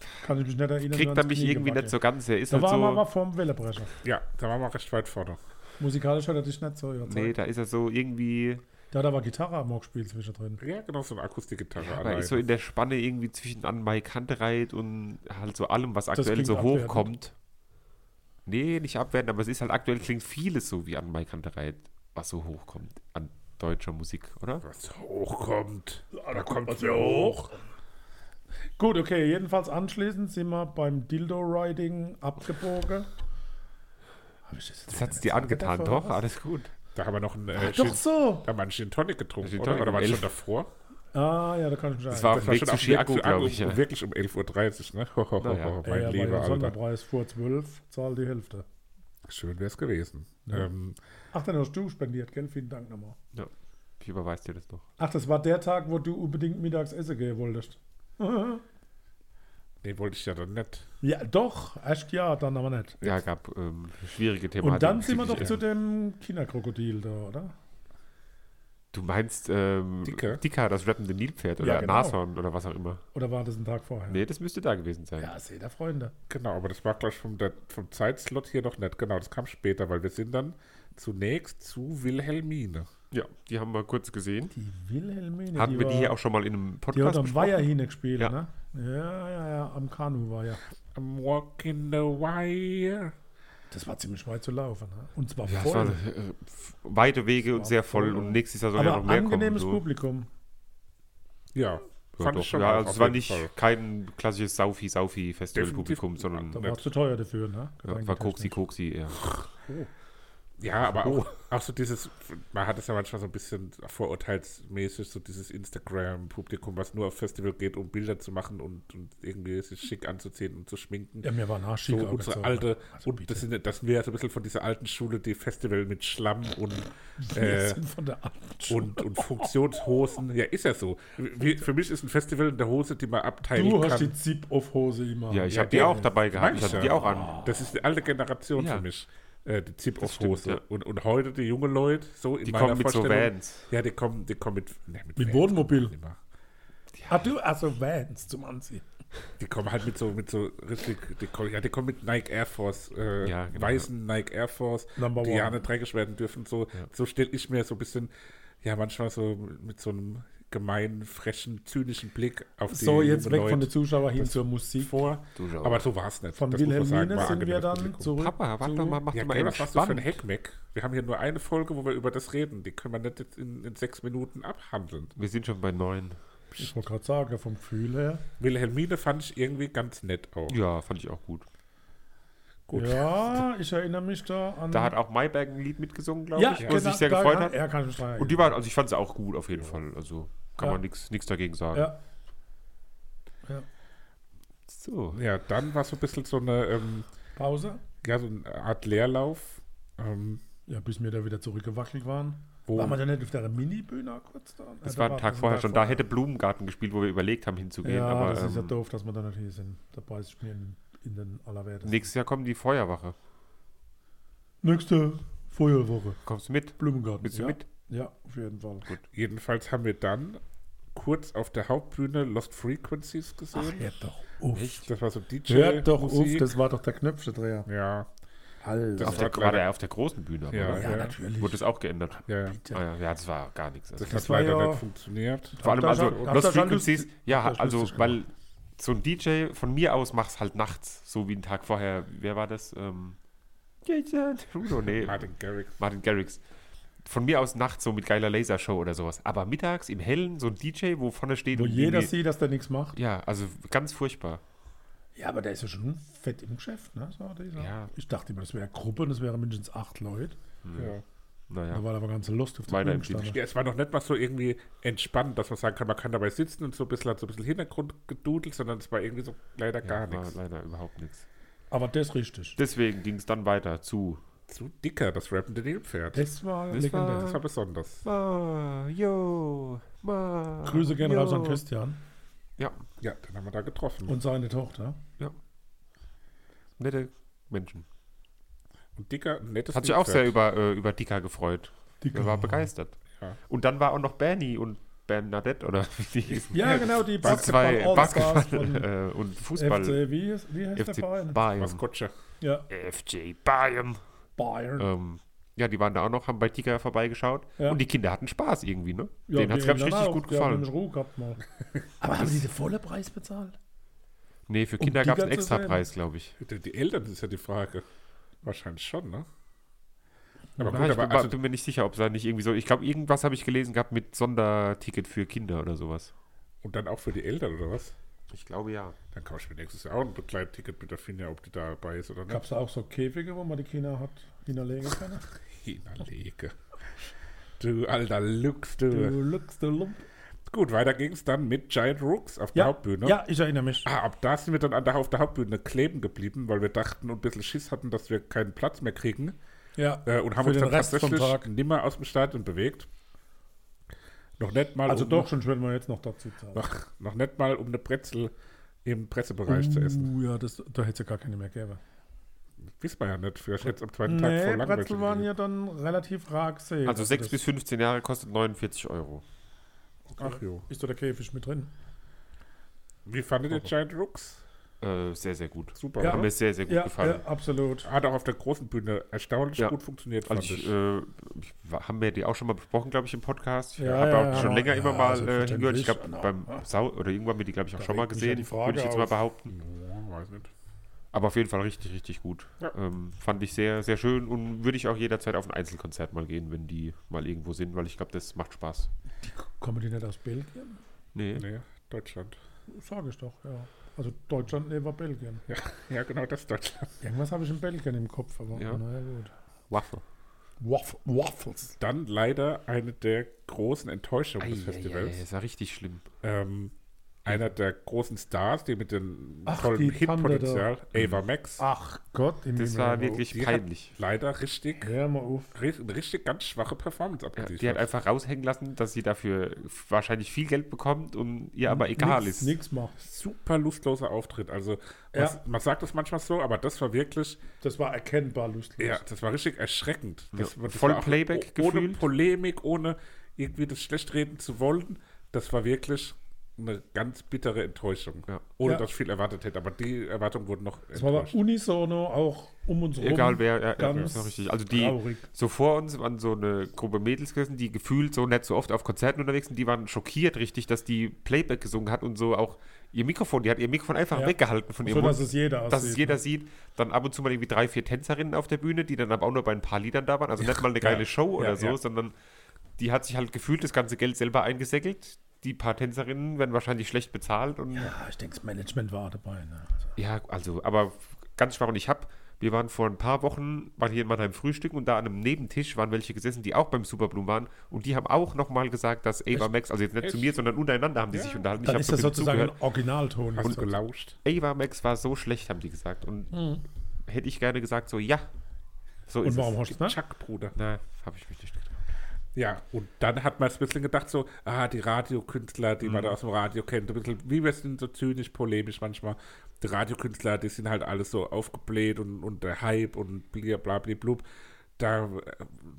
[SPEAKER 2] Ja, kann ich mich nicht erinnern.
[SPEAKER 3] kriegt er mich irgendwie nicht so ganz. Er
[SPEAKER 2] Da
[SPEAKER 3] ist halt
[SPEAKER 2] war er
[SPEAKER 3] so.
[SPEAKER 2] mal vor dem Wellebrecher.
[SPEAKER 1] ja, da waren wir recht weit vorne.
[SPEAKER 2] Musikalisch hat er dich nicht so
[SPEAKER 3] Nee,
[SPEAKER 2] überzeugt.
[SPEAKER 3] da ist er so irgendwie.
[SPEAKER 2] Der hat aber Gitarre am Morgen gespielt zwischendrin.
[SPEAKER 1] Ja, genau, so eine Akustikgitarre.
[SPEAKER 3] Aber
[SPEAKER 1] allein.
[SPEAKER 3] ist so in der Spanne irgendwie zwischen an Mike Hantereit und halt so allem, was aktuell
[SPEAKER 2] klingt
[SPEAKER 3] so
[SPEAKER 2] abwertend.
[SPEAKER 3] hochkommt. Nee, nicht abwerten, aber es ist halt aktuell klingt vieles so wie an Mike Hantereit, was so hochkommt an deutscher Musik, oder?
[SPEAKER 1] was hochkommt. Da kommt was hoch.
[SPEAKER 2] Gut, okay. Jedenfalls anschließend sind wir beim Dildo-Riding abgebogen. Habe ich das jetzt
[SPEAKER 3] Das hat es dir angetan,
[SPEAKER 2] davor,
[SPEAKER 3] doch?
[SPEAKER 2] was?
[SPEAKER 3] Alles gut.
[SPEAKER 1] Da haben wir noch einen, äh,
[SPEAKER 2] Doch
[SPEAKER 1] Gin,
[SPEAKER 2] so.
[SPEAKER 1] da haben wir einen Gin Tonic getrunken,
[SPEAKER 3] Gin
[SPEAKER 1] oder?
[SPEAKER 3] Tonic
[SPEAKER 1] Oder war
[SPEAKER 3] um
[SPEAKER 1] es schon
[SPEAKER 3] elf.
[SPEAKER 1] davor?
[SPEAKER 2] Ah, ja, da kann ich mich
[SPEAKER 3] Das war auf
[SPEAKER 1] Das
[SPEAKER 3] dem
[SPEAKER 1] war
[SPEAKER 3] Weg
[SPEAKER 1] schon
[SPEAKER 3] zu
[SPEAKER 1] auf dem Weg
[SPEAKER 3] Chiago,
[SPEAKER 1] zu
[SPEAKER 3] glaube
[SPEAKER 1] Akku,
[SPEAKER 3] ich. Ja.
[SPEAKER 1] wirklich um 11.30 Uhr, ne? Ho, ho, ho,
[SPEAKER 3] Naja.
[SPEAKER 1] ho, mein
[SPEAKER 2] mein ja,
[SPEAKER 1] lieber
[SPEAKER 2] lieber
[SPEAKER 1] Alter.
[SPEAKER 2] Sonderpreis vor 12, zahlt die Hälfte.
[SPEAKER 1] Schön wär's gewesen. Ähm,
[SPEAKER 2] Ach, dann hast du spendiert, gell? Vielen Dank nochmal.
[SPEAKER 3] Ja. Ich überweis dir das noch.
[SPEAKER 2] Ach, das war der Tag, wo du unbedingt mittags essen gehen wolltest.
[SPEAKER 1] nee, wollte ich ja dann nicht.
[SPEAKER 2] Ja, doch, echt ja, dann aber nicht.
[SPEAKER 3] Ja, gab ähm, schwierige Thematiken.
[SPEAKER 2] Und dann sind wir doch
[SPEAKER 3] bezüglich-
[SPEAKER 2] zu dem Kinderkrokodil da, oder?
[SPEAKER 3] Du meinst ähm,
[SPEAKER 1] Dicker?
[SPEAKER 3] Dicker? das rappende Nilpferd oder
[SPEAKER 2] Ja, genau.
[SPEAKER 3] Nashorn oder was auch immer.
[SPEAKER 2] Oder war das ein Tag vorher?
[SPEAKER 3] Nee, das müsste da gewesen sein.
[SPEAKER 2] Ja, seht ihr, Freunde.
[SPEAKER 1] Genau, aber das war, glaube ich, vom, der, vom Zeitslot hier noch nicht. Genau, das kam später, weil wir sind dann zunächst zu Wilhelmine.
[SPEAKER 3] Ja, die haben wir kurz gesehen.
[SPEAKER 2] Die Wilhelmine,
[SPEAKER 3] Haben wir die
[SPEAKER 2] war-
[SPEAKER 3] hier auch schon mal in einem
[SPEAKER 2] Die hat
[SPEAKER 3] Podcast
[SPEAKER 2] am Weiher hingespielt,
[SPEAKER 3] Ja.
[SPEAKER 2] ne? Ja, ja, ja, am Kanuweiher.
[SPEAKER 1] I'm walking the wire.
[SPEAKER 2] Das war ziemlich weit zu laufen, ne? Und zwar
[SPEAKER 3] Ja, es
[SPEAKER 2] voll.
[SPEAKER 3] waren äh, weite Wege und sehr voll.
[SPEAKER 2] voll.
[SPEAKER 3] Und nächstes Jahr soll ja
[SPEAKER 2] aber
[SPEAKER 3] noch mehr kommen.
[SPEAKER 2] angenehmes
[SPEAKER 3] So.
[SPEAKER 2] Publikum.
[SPEAKER 1] Ja,
[SPEAKER 3] Ja, doch.
[SPEAKER 1] auch,
[SPEAKER 3] ja, also
[SPEAKER 1] auf
[SPEAKER 3] es war
[SPEAKER 1] jeden
[SPEAKER 3] nicht
[SPEAKER 1] Fall.
[SPEAKER 3] kein klassisches Saufi-Saufi-Festival-Publikum,
[SPEAKER 1] Definitiv-
[SPEAKER 3] sondern
[SPEAKER 2] Da
[SPEAKER 3] ja,
[SPEAKER 2] war es zu teuer dafür, ne?
[SPEAKER 3] war Koksi-Koksi eher.
[SPEAKER 1] Ja, aber
[SPEAKER 3] Oh.
[SPEAKER 1] auch, auch so dieses, man hat es ja manchmal so ein bisschen vorurteilsmäßig, so dieses Instagram-Publikum, was nur auf Festival geht, um Bilder zu machen und, und irgendwie sich schick anzuziehen und zu schminken.
[SPEAKER 2] Ja, mir war nachschick.
[SPEAKER 1] so unsere alte,
[SPEAKER 2] Also
[SPEAKER 1] und
[SPEAKER 2] bitte.
[SPEAKER 1] das sind, das sind wir ja so ein bisschen von dieser alten Schule, die Festival mit Schlamm und,
[SPEAKER 2] Wir
[SPEAKER 1] äh,
[SPEAKER 2] sind von der alten Schule.
[SPEAKER 1] und, und Funktionshosen. Ja, ist ja so. Wie, für mich ist ein Festival in der Hose, die man abteilen
[SPEAKER 2] Du
[SPEAKER 1] kann.
[SPEAKER 2] hast die Zip-Off-Hose immer.
[SPEAKER 3] Ja, ich
[SPEAKER 1] Ja,
[SPEAKER 3] habe die
[SPEAKER 1] der-
[SPEAKER 3] auch dabei gehabt. Ich
[SPEAKER 1] Meinst
[SPEAKER 3] hatte
[SPEAKER 1] du?
[SPEAKER 3] die auch an.
[SPEAKER 1] Das ist eine alte Generation
[SPEAKER 3] Ja.
[SPEAKER 1] für mich. Äh, die zip off
[SPEAKER 3] stimmt,
[SPEAKER 1] hose
[SPEAKER 3] ja.
[SPEAKER 1] und, und heute die jungen Leute, so in
[SPEAKER 3] Die
[SPEAKER 1] meiner
[SPEAKER 3] kommen mit so
[SPEAKER 1] Vorstellung.
[SPEAKER 3] Vans.
[SPEAKER 1] Ja, die kommen, die kommen mit, ne,
[SPEAKER 2] Mit
[SPEAKER 1] Vans
[SPEAKER 2] Wohnmobil.
[SPEAKER 1] kommen die immer.
[SPEAKER 2] Ah, du, also Vans zum Anziehen.
[SPEAKER 1] Die kommen halt mit so, mit so richtig, die kommen, ja, die kommen mit Nike Air Force, äh,
[SPEAKER 3] Ja, genau.
[SPEAKER 1] weißen Nike Air Force,
[SPEAKER 2] Number
[SPEAKER 1] die
[SPEAKER 2] one.
[SPEAKER 1] ja nicht dreckig werden dürfen. So, so stelle ich mir so ein bisschen, ja, manchmal so mit so einem gemeinen, frechen, zynischen Blick auf die
[SPEAKER 2] So, jetzt
[SPEAKER 1] jungen
[SPEAKER 2] weg
[SPEAKER 1] Leute
[SPEAKER 2] von den Zuschauern hin zur Musik.
[SPEAKER 1] vor.
[SPEAKER 3] Zuschauer.
[SPEAKER 1] Aber so war es nicht.
[SPEAKER 2] Von
[SPEAKER 1] Das muss man sagen,
[SPEAKER 2] Wilhelmine
[SPEAKER 1] war
[SPEAKER 2] sind wir
[SPEAKER 1] angenehmes
[SPEAKER 2] dann
[SPEAKER 1] Publikum.
[SPEAKER 2] zurück.
[SPEAKER 3] Papa, warte
[SPEAKER 2] zu-
[SPEAKER 3] doch mal, mach
[SPEAKER 1] Ja,
[SPEAKER 3] doch mal
[SPEAKER 1] gell,
[SPEAKER 3] eben
[SPEAKER 1] was machst du für ein
[SPEAKER 3] spannend.
[SPEAKER 1] Heckmeck? Wir haben hier nur eine Folge, wo wir über das reden. Die können wir nicht jetzt in, in sechs Minuten abhandeln.
[SPEAKER 3] Wir sind schon bei neun.
[SPEAKER 2] Ich wollte gerade sagen, vom Gefühl her.
[SPEAKER 1] Wilhelmine fand ich irgendwie ganz nett auch.
[SPEAKER 3] Ja, fand ich auch gut.
[SPEAKER 1] Gut.
[SPEAKER 2] Ja, ich erinnere mich da an.
[SPEAKER 3] Da hat auch Mayberg ein Lied mitgesungen, glaube
[SPEAKER 2] ja,
[SPEAKER 3] ich, wo
[SPEAKER 2] genau,
[SPEAKER 3] sie sich sehr
[SPEAKER 2] da
[SPEAKER 3] gefreut
[SPEAKER 2] kann,
[SPEAKER 3] hat.
[SPEAKER 2] Er kann ich mich dran
[SPEAKER 3] Und die waren, also ich fand sie auch gut auf jeden Fall. Also kann
[SPEAKER 2] Ja.
[SPEAKER 3] man nichts dagegen sagen.
[SPEAKER 2] erinnern. Ja. ja.
[SPEAKER 3] So.
[SPEAKER 1] Ja, dann war so ein bisschen so eine, ähm,
[SPEAKER 2] Pause.
[SPEAKER 1] ja, so eine Art Leerlauf. Ähm,
[SPEAKER 2] Ja, bis wir da wieder zurückgewackelt waren.
[SPEAKER 1] Wo-
[SPEAKER 2] Waren wir da nicht auf der Mini-Bühne auch kurz da?
[SPEAKER 3] Oh. Das
[SPEAKER 2] Ja, da
[SPEAKER 3] war ein Tag
[SPEAKER 2] das
[SPEAKER 3] vorher schon. Da hätte Blumengarten gespielt, wo wir überlegt haben hinzugehen.
[SPEAKER 2] Ja,
[SPEAKER 3] aber
[SPEAKER 2] das ist ja
[SPEAKER 3] ähm,
[SPEAKER 2] doof, dass wir da nicht hier sind. Da beiß ich mir in, in den Allerwertesten.
[SPEAKER 3] nächstes Jahr kommen die Feuerwache.
[SPEAKER 2] Nächste Feuerwoche.
[SPEAKER 3] Kommst du mit?
[SPEAKER 2] Blumengarten.
[SPEAKER 3] Willst du
[SPEAKER 2] ja.
[SPEAKER 3] mit?
[SPEAKER 2] Ja, auf jeden Fall.
[SPEAKER 1] jedenfalls haben wir dann kurz auf der Hauptbühne Lost Frequencies
[SPEAKER 2] Ach,
[SPEAKER 1] gesehen.
[SPEAKER 2] ja doch. Uff.
[SPEAKER 1] Echt? Das war so DJ.
[SPEAKER 2] Hört doch
[SPEAKER 1] Musik.
[SPEAKER 2] auf, das war doch der Knöpfedreher.
[SPEAKER 1] ja,
[SPEAKER 2] Alter.
[SPEAKER 1] Das
[SPEAKER 3] Auf der,
[SPEAKER 1] hat
[SPEAKER 3] war
[SPEAKER 1] leider-
[SPEAKER 3] der auf der großen Bühne, aber,
[SPEAKER 1] Ja.
[SPEAKER 3] oder?
[SPEAKER 1] Ja.
[SPEAKER 2] natürlich.
[SPEAKER 3] Wurde das auch geändert?
[SPEAKER 1] ja, ja.
[SPEAKER 3] Ah, ja, ja, das war gar nichts. Also.
[SPEAKER 1] Das,
[SPEAKER 2] Das
[SPEAKER 1] hat
[SPEAKER 2] war
[SPEAKER 1] leider
[SPEAKER 2] ja-
[SPEAKER 1] nicht funktioniert.
[SPEAKER 3] Vor allem,
[SPEAKER 2] Habt ihr
[SPEAKER 3] also
[SPEAKER 2] schon- habt
[SPEAKER 3] Lost
[SPEAKER 2] ihr schon
[SPEAKER 3] Frequencies,
[SPEAKER 2] lustig-
[SPEAKER 3] ja,
[SPEAKER 2] habt ihr schon
[SPEAKER 3] also,
[SPEAKER 2] lustig
[SPEAKER 3] weil so ein DJ von mir aus mach's halt nachts, so wie einen Tag vorher. Wer war das? Ähm, Jason Derulo, nee,
[SPEAKER 1] Martin Garrix.
[SPEAKER 3] Martin Garrix. Von mir aus nachts so mit geiler Lasershow oder sowas. Aber mittags im Hellen so ein DJ, wo vorne steht
[SPEAKER 2] Wo
[SPEAKER 3] und
[SPEAKER 2] jeder
[SPEAKER 3] irgendwie-
[SPEAKER 2] sieht, dass der nichts macht.
[SPEAKER 3] Ja, also ganz furchtbar.
[SPEAKER 2] Ja, aber der ist ja schon fett im Geschäft, ne? So, dieser.
[SPEAKER 3] Ja.
[SPEAKER 2] Ich dachte immer, das wäre eine Gruppe und das wären mindestens acht Leute.
[SPEAKER 3] Hm.
[SPEAKER 1] Ja.
[SPEAKER 3] Naja.
[SPEAKER 2] Da war aber ganz Lust auf die
[SPEAKER 3] Weiter im
[SPEAKER 2] Bühnenstange.
[SPEAKER 1] ja, es war noch nicht mal so irgendwie entspannt, dass man sagen kann, man kann dabei sitzen und so ein bisschen, hat so ein bisschen Hintergrund gedudelt, sondern es war irgendwie so leider gar
[SPEAKER 3] war
[SPEAKER 1] nichts.
[SPEAKER 3] Leider überhaupt nichts.
[SPEAKER 2] Aber das ist richtig.
[SPEAKER 3] Deswegen ging es dann weiter zu.
[SPEAKER 1] Zu dicker, das rappende Nilpferd.
[SPEAKER 2] Das war
[SPEAKER 3] Das
[SPEAKER 2] legendär.
[SPEAKER 1] Das war besonders.
[SPEAKER 3] Mario, Mario.
[SPEAKER 2] Grüße gehen raus an Christian
[SPEAKER 3] Ja,
[SPEAKER 1] Ja, dann haben wir da getroffen.
[SPEAKER 2] und seine Tochter.
[SPEAKER 3] nette Menschen.
[SPEAKER 1] Und dicker, ein nettes
[SPEAKER 3] Hat sich auch sehr
[SPEAKER 1] Nilpferd.
[SPEAKER 3] über, äh, über Dika gefreut.
[SPEAKER 2] Die
[SPEAKER 3] Er war begeistert.
[SPEAKER 1] Ja.
[SPEAKER 3] Und dann war auch noch Bernie und Bernadette oder wie die hießen.
[SPEAKER 2] Ja, genau, die
[SPEAKER 3] So zwei
[SPEAKER 2] Basketball-All-Stars von
[SPEAKER 3] Basketball äh, und Fußball.
[SPEAKER 2] FC, wie, ist- wie heißt
[SPEAKER 3] FC
[SPEAKER 2] der Verein?
[SPEAKER 3] Bayern.
[SPEAKER 1] Maskottchen.
[SPEAKER 2] Ja,
[SPEAKER 3] FC Bayern.
[SPEAKER 2] Bayern.
[SPEAKER 3] Ähm, ja, die waren da auch noch, haben bei Tika vorbeigeschaut.
[SPEAKER 2] Ja.
[SPEAKER 3] Und die Kinder hatten Spaß irgendwie, ne?
[SPEAKER 2] Ja,
[SPEAKER 3] Denen hat es,
[SPEAKER 2] die
[SPEAKER 3] glaube ich,
[SPEAKER 2] haben
[SPEAKER 3] richtig
[SPEAKER 2] auch-
[SPEAKER 3] gut
[SPEAKER 2] die haben
[SPEAKER 3] gefallen.
[SPEAKER 2] nämlich Ruhe gehabt mal. Aber haben sie den vollen Preis bezahlt?
[SPEAKER 3] nee, für Kinder
[SPEAKER 2] Tika
[SPEAKER 3] gab es einen
[SPEAKER 2] zu
[SPEAKER 3] extra
[SPEAKER 2] sehen.
[SPEAKER 3] Preis, glaube ich.
[SPEAKER 1] Die die Eltern ist ja die Frage. Wahrscheinlich schon, ne? Aber
[SPEAKER 3] Ja,
[SPEAKER 1] gut,
[SPEAKER 3] ich
[SPEAKER 1] aber
[SPEAKER 3] bin,
[SPEAKER 1] also,
[SPEAKER 3] bin mir nicht sicher, ob es da nicht irgendwie so. Ich glaube, irgendwas habe ich gelesen gehabt mit Sonderticket für Kinder oder sowas.
[SPEAKER 1] und dann auch für die Eltern oder was?
[SPEAKER 3] Ich glaube ja.
[SPEAKER 1] Dann kaufe ich mir nächstes Jahr auch ein Begleitticket mit der Finja, ob die dabei ist oder
[SPEAKER 2] Gab
[SPEAKER 1] nicht.
[SPEAKER 2] es auch so Käfige, wo man die Kinder hat hinterlegen können?
[SPEAKER 1] Hinterlege. Du alter Lux, du.
[SPEAKER 2] Du lügst, du Lump.
[SPEAKER 1] Gut, weiter ging es dann mit Giant Rooks auf der
[SPEAKER 2] Ja,
[SPEAKER 1] Hauptbühne.
[SPEAKER 2] ja, ich erinnere mich.
[SPEAKER 1] Ah, ab da sind wir dann an der, auf der Hauptbühne kleben geblieben, weil wir dachten und ein bisschen Schiss hatten, dass wir keinen Platz mehr kriegen.
[SPEAKER 2] Ja,
[SPEAKER 1] Äh, und haben
[SPEAKER 2] für
[SPEAKER 1] uns
[SPEAKER 2] den
[SPEAKER 1] dann
[SPEAKER 2] Rest vom
[SPEAKER 1] tatsächlich
[SPEAKER 2] Tag.
[SPEAKER 1] nimmer aus dem Stadion bewegt. Noch nicht mal
[SPEAKER 2] Also
[SPEAKER 1] um,
[SPEAKER 2] doch, schon wenn wir jetzt noch dazu zahlen.
[SPEAKER 1] Noch, noch nicht mal um eine Brezel im Pressebereich zu essen.
[SPEAKER 2] Uh, ja, das, da hätte es ja gar keine mehr gegeben.
[SPEAKER 1] Wisst man ja nicht. Vielleicht hätte es am zweiten Tag
[SPEAKER 2] Nee,
[SPEAKER 1] voll lang welche
[SPEAKER 2] Brezel waren
[SPEAKER 1] gegeben.
[SPEAKER 2] ja dann relativ rar gesehen.
[SPEAKER 3] Also 6
[SPEAKER 2] das
[SPEAKER 3] bis 15 Jahre kostet 49 Euro.
[SPEAKER 1] Ach jo.
[SPEAKER 2] Ist da der Käfig mit drin?
[SPEAKER 1] Wie fandet ihr Giant Rooks?
[SPEAKER 3] Äh, sehr, sehr gut.
[SPEAKER 1] Super,
[SPEAKER 2] Ja.
[SPEAKER 3] Hat
[SPEAKER 1] oder?
[SPEAKER 3] mir sehr, sehr gut
[SPEAKER 2] Ja,
[SPEAKER 3] gefallen.
[SPEAKER 2] ja, absolut.
[SPEAKER 1] Hat auch auf der großen Bühne erstaunlich
[SPEAKER 3] Ja.
[SPEAKER 1] gut funktioniert, fand
[SPEAKER 3] Also ich,
[SPEAKER 1] ich.
[SPEAKER 3] äh, ich, war- haben wir die auch schon mal besprochen, glaube ich, im Podcast. Ich
[SPEAKER 2] Ja,
[SPEAKER 3] habe
[SPEAKER 2] ja,
[SPEAKER 3] auch
[SPEAKER 2] ja.
[SPEAKER 3] schon länger
[SPEAKER 2] Ja,
[SPEAKER 3] immer mal äh,
[SPEAKER 2] selbstverständlich.
[SPEAKER 3] hingehört. Ich glaube,
[SPEAKER 2] Genau.
[SPEAKER 3] beim Sau oder irgendwann haben wir die, glaube ich, auch
[SPEAKER 2] Da
[SPEAKER 3] schon mal
[SPEAKER 2] regt mich ja
[SPEAKER 3] gesehen.
[SPEAKER 2] die Frage
[SPEAKER 3] Würde ich jetzt mal
[SPEAKER 2] auf.
[SPEAKER 3] behaupten.
[SPEAKER 1] Hm, Ja, weiß nicht.
[SPEAKER 3] Aber auf jeden Fall richtig, richtig gut.
[SPEAKER 1] Ja.
[SPEAKER 3] Ähm, fand ich sehr, sehr schön und würde ich auch jederzeit auf ein Einzelkonzert mal gehen, wenn die mal irgendwo sind, weil ich glaube, das macht Spaß.
[SPEAKER 2] Kommen die nicht aus Belgien?
[SPEAKER 3] Nee.
[SPEAKER 1] Nee, Deutschland.
[SPEAKER 2] Sag ich doch, ja. Also Deutschland, nee, war Belgien.
[SPEAKER 1] Ja, genau, das ist Deutschland.
[SPEAKER 2] Irgendwas habe ich in Belgien im Kopf, aber
[SPEAKER 3] Ja.
[SPEAKER 2] naja, gut.
[SPEAKER 3] Waffe.
[SPEAKER 2] Waff Waffles.
[SPEAKER 1] Dann leider eine der großen Enttäuschungen des Festivals.
[SPEAKER 3] Das war richtig schlimm.
[SPEAKER 1] Ähm, einer der großen Stars, die mit dem
[SPEAKER 2] Ach,
[SPEAKER 1] tollen
[SPEAKER 2] die
[SPEAKER 1] Hitpotenzial, Ava Max,
[SPEAKER 2] Ach Gott, in
[SPEAKER 3] Das
[SPEAKER 2] die
[SPEAKER 3] war
[SPEAKER 2] Menge.
[SPEAKER 3] wirklich
[SPEAKER 1] die hat-
[SPEAKER 3] Mhm. peinlich.
[SPEAKER 1] leider richtig,
[SPEAKER 2] Hör mal auf.
[SPEAKER 1] ri- eine richtig ganz schwache Performance
[SPEAKER 3] Ja,
[SPEAKER 1] abgeliefert.
[SPEAKER 3] Äh, die hat einfach raushängen lassen, dass sie dafür wahrscheinlich viel Geld bekommt und ihr aber egal
[SPEAKER 2] Nix-
[SPEAKER 3] ist.
[SPEAKER 2] Nix macht.
[SPEAKER 1] super lustloser Auftritt. Also
[SPEAKER 2] Ja.
[SPEAKER 1] was, man sagt das manchmal so, aber das war wirklich,
[SPEAKER 2] Das war erkennbar lustig.
[SPEAKER 1] ja, das war richtig erschreckend. Das,
[SPEAKER 3] Ja,
[SPEAKER 1] war- das
[SPEAKER 3] voll
[SPEAKER 1] war auch
[SPEAKER 3] Playback
[SPEAKER 1] o- Ohne
[SPEAKER 3] gefühlt.
[SPEAKER 1] Polemik, ohne irgendwie das schlecht reden zu wollen. Das war wirklich eine ganz bittere Enttäuschung.
[SPEAKER 3] Ja.
[SPEAKER 1] Ohne
[SPEAKER 2] Ja.
[SPEAKER 1] dass ich viel erwartet hätte, aber die Erwartungen wurden noch
[SPEAKER 2] Das war aber
[SPEAKER 1] enttäuscht.
[SPEAKER 2] unisono auch um uns rum.
[SPEAKER 3] Egal wer, ja, ja,
[SPEAKER 2] ganz
[SPEAKER 3] ist noch richtig. Also die
[SPEAKER 2] traurig.
[SPEAKER 3] so vor uns waren so eine Gruppe Mädels gewesen, die gefühlt so nicht so oft auf Konzerten unterwegs sind, die waren schockiert richtig, dass die Playback gesungen hat und so auch ihr Mikrofon, die hat ihr Mikrofon einfach
[SPEAKER 2] Ja.
[SPEAKER 3] weggehalten von ihrem
[SPEAKER 2] So, dass
[SPEAKER 3] Mund,
[SPEAKER 2] es jeder ne? aussieht.
[SPEAKER 3] dass es jeder sieht. Dann ab und zu mal irgendwie drei, vier Tänzerinnen auf der Bühne, die dann aber auch nur bei ein paar Liedern da waren. Also nicht mal eine geile Show oder
[SPEAKER 1] ja.
[SPEAKER 3] so, sondern die hat sich halt gefühlt das ganze Geld selber eingesäckelt. Die paar Tänzerinnen werden wahrscheinlich schlecht bezahlt und
[SPEAKER 2] Ja, ich denke, das Management war dabei. Ne?
[SPEAKER 3] ja, also, aber ganz schwach. Und ich hab, wir waren vor ein paar Wochen, waren hier in Mannheim frühstücken und da an einem Nebentisch waren welche gesessen, die auch beim Superbloom waren. Und die haben auch nochmal gesagt, dass Ava Max, also jetzt nicht zu mir, sondern untereinander haben die sich unterhalten.
[SPEAKER 2] Dann
[SPEAKER 3] hab
[SPEAKER 2] ist
[SPEAKER 3] so
[SPEAKER 2] das
[SPEAKER 3] ein bisschen
[SPEAKER 2] sozusagen ein Originalton.
[SPEAKER 1] Hast du gelauscht?
[SPEAKER 3] zugehört. Ava Max war so schlecht, haben die gesagt. Und hätte ich gerne gesagt, so, ja, so
[SPEAKER 2] Hm. Und
[SPEAKER 3] ist
[SPEAKER 2] warum ne?
[SPEAKER 3] es.
[SPEAKER 2] hast du das?
[SPEAKER 1] Chuck, Bruder.
[SPEAKER 3] Na, habe ich mich nicht getraut.
[SPEAKER 1] Ja, und dann hat man es ein bisschen gedacht, so, ah, die Radiokünstler, die man
[SPEAKER 2] Mhm.
[SPEAKER 1] da aus dem Radio kennt, ein bisschen, wie wir sind so zynisch, polemisch manchmal. Die Radiokünstler, die sind halt alles so aufgebläht und, und der Hype und blia, bla, bli, blub. Da äh,